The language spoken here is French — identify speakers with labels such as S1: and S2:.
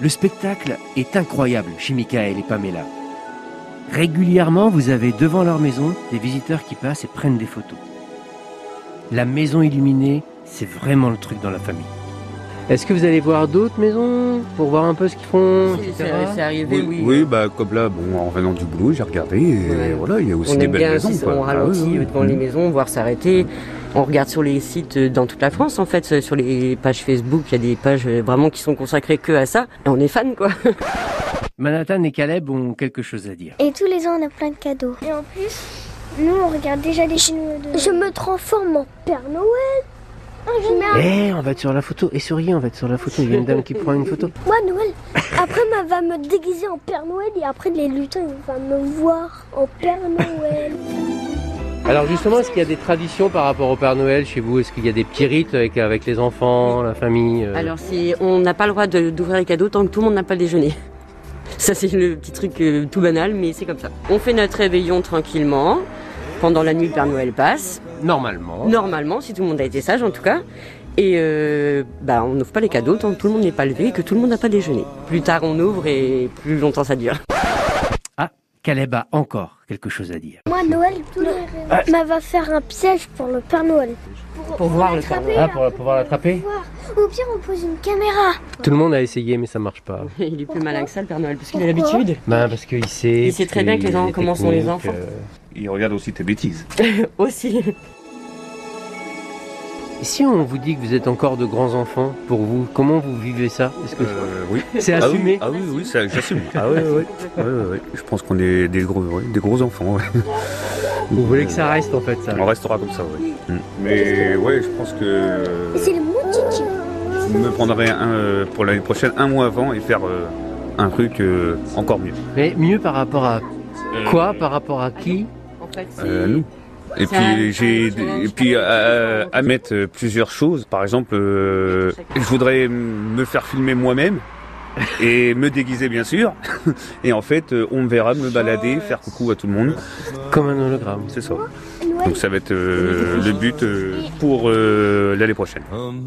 S1: Le spectacle est incroyable chez Michael et Pamela. Régulièrement, vous avez devant leur maison des visiteurs qui passent et prennent des photos. La maison illuminée, c'est vraiment le truc dans la famille. Est-ce que vous allez voir d'autres maisons pour voir un peu ce qu'ils font
S2: C'est-
S1: etc.
S2: C'est c'est arrivé, oui. euh.
S3: Oui, bah comme là, bon, en revenant du boulot, j'ai regardé et
S2: Ouais.
S3: voilà, il y a aussi
S2: On
S3: des
S2: aime
S3: belles
S2: bien,
S3: maisons.
S2: aussi,
S3: quoi.
S2: on
S3: Ah,
S2: ralentit
S3: ouais, ouais.
S2: euh, devant les maisons, voir s'arrêter. On regarde sur les sites euh, dans toute la France, en fait, euh, sur les pages Facebook, il y a des pages euh, vraiment qui sont consacrées que à ça. Et on est fan, quoi.
S3: Euh.
S1: Manhattan et Caleb ont quelque chose à dire.
S4: Et tous les ans, on a plein de cadeaux.
S5: Et en plus, nous on regarde déjà les films de.
S4: Je me transforme en Père Noël. Ah, Je mets
S1: Eh,
S4: un-
S1: on va être sur la photo. Et souriez, on va être sur la photo. Il y a une dame qui prend une photo.
S4: Moi, Noël. Après, ma va me déguiser en Père Noël et après, les lutins ils vont me voir en Père Noël.
S1: Alors justement, est-ce qu'il y a des traditions par rapport au Père Noël chez vous Est-ce qu'il y a des petits rites avec, avec les enfants, la famille euh,
S2: Alors, c'est- on n'a pas le droit de- d'ouvrir les cadeaux tant que tout le monde n'a pas déjeuné. Ça, c'est le petit truc euh, tout banal, mais c'est comme ça. On fait notre réveillon tranquillement. Pendant la nuit, le Père Noël passe.
S1: Normalement.
S2: Normalement, si tout le monde a été sage, en tout cas. Et euh, bah, on n'ouvre pas les cadeaux tant que tout le monde n'est pas levé et que tout le monde n'a pas déjeuné. Plus tard, on ouvre et plus longtemps ça dure.
S1: Ah, Caleb a encore quelque chose à dire.
S4: Moi, Noël, ma va faire un piège pour le Père Noël.
S2: Pour voir le Père Noël.
S1: Ah, pour pouvoir l'attraper
S4: Au pire, on pose une caméra.
S1: Tout le monde a essayé, mais ça marche pas.
S2: Il est plus
S4: Pourquoi
S2: malin que ça, le Père Noël, parce qu'il a
S4: Pourquoi
S2: l'habitude.
S1: Ben, parce qu'il sait...
S2: Il sait très bien que les gens- comment sont les
S1: techniques,
S2: enfants.
S1: euh,
S3: Il regarde aussi tes bêtises.
S2: Aussi.
S1: Et si on vous dit que vous êtes encore de grands enfants, pour vous, comment vous vivez ça Est-ce que
S3: Euh, oui.
S1: c'est
S3: Ah oui,
S1: assumé
S3: Ah oui, oui, ça, j'assume. Ah oui, oui. Ouais, ouais, ouais. Je pense qu'on est des gros, ouais, des gros enfants. ouais. Mmh.
S1: Vous voulez que ça reste en fait ça Mmh.
S3: On restera comme ça, oui. Mais ouais, je pense que
S4: Et C'est le moutiki.
S3: je me prendrai un, euh, pour l'année prochaine un mois avant et faire euh, un truc euh, encore mieux.
S1: Mais mieux par rapport à quoi Par rapport à qui
S2: En fait, c'est-
S3: Euh, nous. Et
S2: C'est un-
S3: puis j'ai et puis à, à mettre euh, plusieurs choses. Par exemple, euh, je voudrais me faire filmer moi-même et me déguiser bien sûr. Et en fait, euh, on me verra me balader, faire coucou à tout le monde.
S1: Comme un hologramme.
S3: C'est ça.
S4: Noël,
S3: Donc ça va être euh, le but euh, pour euh, l'année prochaine.
S6: Amor